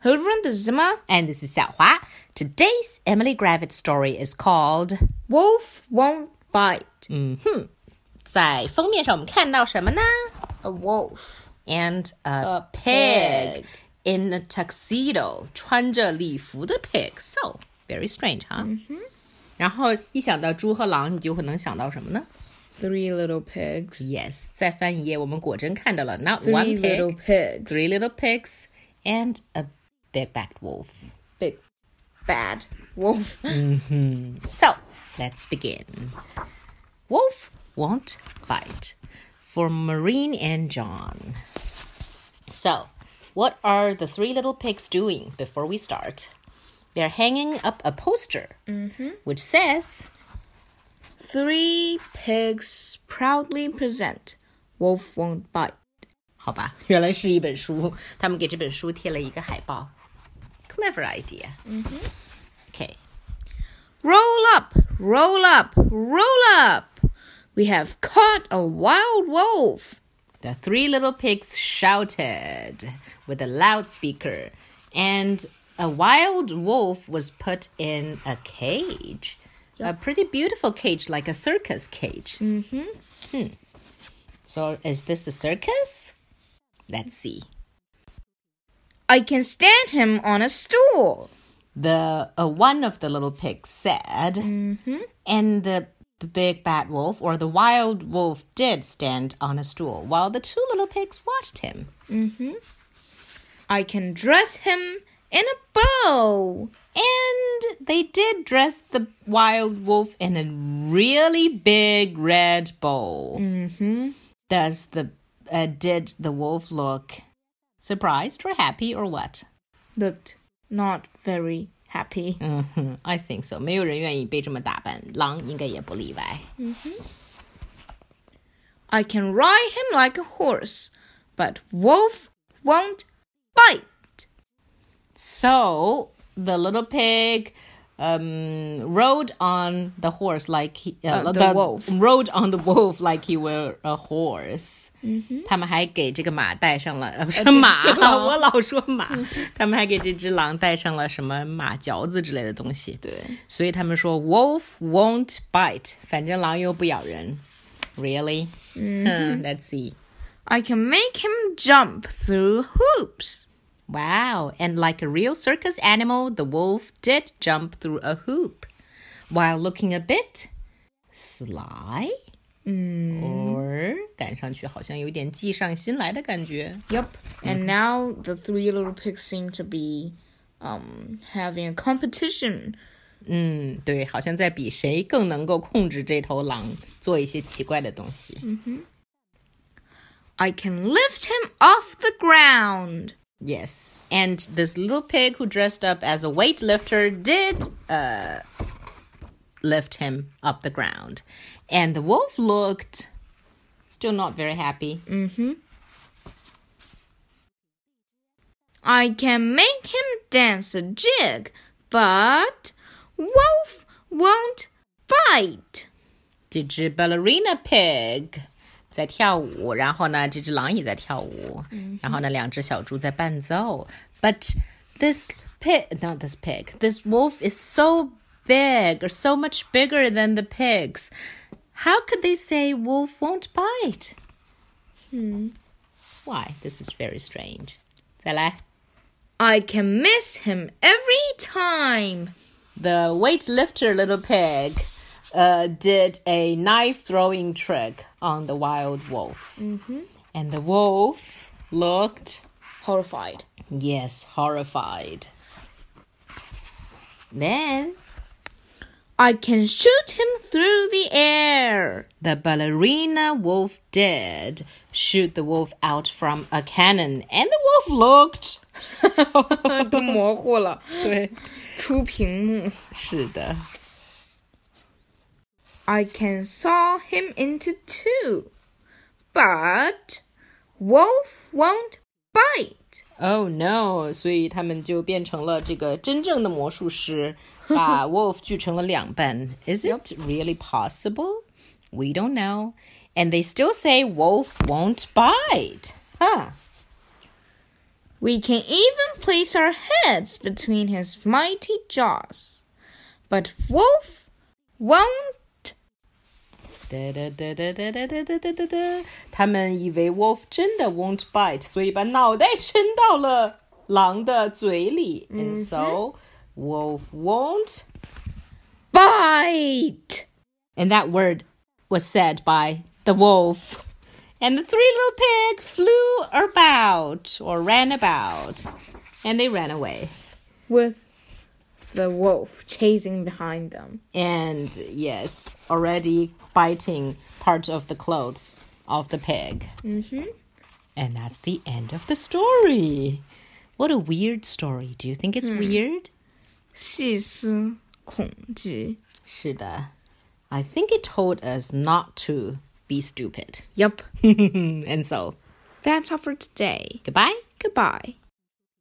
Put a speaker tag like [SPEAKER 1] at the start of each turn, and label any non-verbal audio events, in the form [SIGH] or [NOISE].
[SPEAKER 1] Hello everyone, this is Emma.
[SPEAKER 2] And this is Xiaohua. Today's Emily Gravett story is called hmm,
[SPEAKER 1] Wolf won't bite
[SPEAKER 2] Mm. 在封面上我们看到什么呢
[SPEAKER 1] a wolf.
[SPEAKER 2] ？And a,
[SPEAKER 1] A
[SPEAKER 2] pig
[SPEAKER 1] pig.
[SPEAKER 2] in a tuxedo，穿着礼服的 pig。So very strange, huh?
[SPEAKER 1] Mm-hmm.
[SPEAKER 2] 然后一想到猪和狼，你就会能想到什么呢
[SPEAKER 1] Three little pigs.
[SPEAKER 2] ？Yes，再翻一页，我们果真看到了 not
[SPEAKER 1] Three
[SPEAKER 2] one pig,
[SPEAKER 1] little pigs.
[SPEAKER 2] three little pigs, and a big-backed wolf.
[SPEAKER 1] big bad wolf.
[SPEAKER 2] Mm. So let's begin. Wolf won't bite. For Maureen and John. So, what are the three little pigs doing before we start? They're hanging up a poster which says,
[SPEAKER 1] Three pigs proudly present. Wolf won't bite.
[SPEAKER 2] 好吧，原来是一本书，他们给这本书贴了一个海报。Clever idea. Okay.
[SPEAKER 1] Roll up, roll up, roll up. We have caught a wild wolf.
[SPEAKER 2] The three little pigs shouted with a loudspeaker, and a wild wolf was put in a cage. A pretty beautiful cage, like a circus cage. Mm-hmm. Hmm. So, is this a circus? Let's see.
[SPEAKER 1] I can stand him on a stool.
[SPEAKER 2] The uh, one of the little pigs said, and the big bad wolf or the wild wolf did stand on a stool, while the two little pigs watched him.
[SPEAKER 1] I can dress him in a bow.
[SPEAKER 2] And they did dress the wild wolf in a really big red bowl. Mm-hmm. Does the uh, did the wolf look surprised or happy or what?
[SPEAKER 1] Looked not very happy.
[SPEAKER 2] Mhm, I think so. 没有人愿意被这么打扮，狼应该也不例外。
[SPEAKER 1] I can ride him like a horse, but wolf won't bite.
[SPEAKER 2] So the little pig um, rode on the horse like he, uh,
[SPEAKER 1] Uh, the wolf.
[SPEAKER 2] rode on the wolf like he were a horse。他们还给这个马带上了，呃，不是马，
[SPEAKER 1] 这只
[SPEAKER 2] [LAUGHS]
[SPEAKER 1] 狼
[SPEAKER 2] 我老说马，他们还给这只狼带上了什么马嚼子之类的东西。所以他们说 wolf won't bite，反正狼又不咬人。Really？嗯，Let's [LAUGHS] see。
[SPEAKER 1] I can make him jump through hoops.
[SPEAKER 2] Wow, and like a real circus animal, the wolf did jump through a hoop while looking a bit sly. 嗯，or 感上去好像有点计上心来的感觉。
[SPEAKER 1] Yep. And now the three little pigs seem to be um having a competition.
[SPEAKER 2] 嗯，对，好像在比谁更能够控制这头狼做一些奇怪的东西。
[SPEAKER 1] I can lift him off the ground.
[SPEAKER 2] Yes, and this little pig who dressed up as a weightlifter did uh, lift him up the ground. And the wolf looked still not very happy.
[SPEAKER 1] Mm-hmm. I can make him dance a jig, but wolf won't bite.
[SPEAKER 2] 这只 ballerina pig 在跳舞，然后呢，这只狼也在跳舞，然后呢，两只小猪在伴奏。But this pig, not this pig, this wolf is so big, or so much bigger than the pigs. How could they say wolf won't bite? Hmm. Why? This is very strange. 再来。
[SPEAKER 1] I can miss him every time.
[SPEAKER 2] the weightlifter little pig uh, did a knife throwing trick on the wild wolf.
[SPEAKER 1] Mm-hmm.
[SPEAKER 2] And the wolf looked,
[SPEAKER 1] Horrified.
[SPEAKER 2] yes, horrified. Then
[SPEAKER 1] I can shoot him through the
[SPEAKER 2] [LAUGHS]
[SPEAKER 1] air.
[SPEAKER 2] the ballerina wolf did shoot the wolf out from a cannon, and the wolf looked.
[SPEAKER 1] [LAUGHS] 都模糊了，出屏幕。
[SPEAKER 2] 是的。
[SPEAKER 1] I can saw him into two, but wolf won't bite.
[SPEAKER 2] Oh no！所以他们就变成了这个真正的魔术师，把 wolf 锯成了两半。Is it really possible? We don't know. And they still say wolf won't bite. Huh?
[SPEAKER 1] We can even place our heads between his mighty jaws. But Wolf won't.
[SPEAKER 2] 哒哒哒哒哒哒哒哒哒哒，他们以为 wolf 真的 won't bite，所以把脑袋伸到了狼的嘴里。And so wolf won't.
[SPEAKER 1] Bite!
[SPEAKER 2] And that word was said by the wolf. And the three little pig flew about or ran about, and they ran away.
[SPEAKER 1] With the wolf chasing behind them.
[SPEAKER 2] And yes, already biting part of the clothes of the pig. Mm-hmm. And that's the end of the story. What a weird story. Do you think it's weird?
[SPEAKER 1] 细思恐极.
[SPEAKER 2] 是的. I think it told us not to be stupid. [LAUGHS]
[SPEAKER 1] Yup.
[SPEAKER 2] and so,
[SPEAKER 1] That's all for today.
[SPEAKER 2] goodbye.
[SPEAKER 1] Goodbye.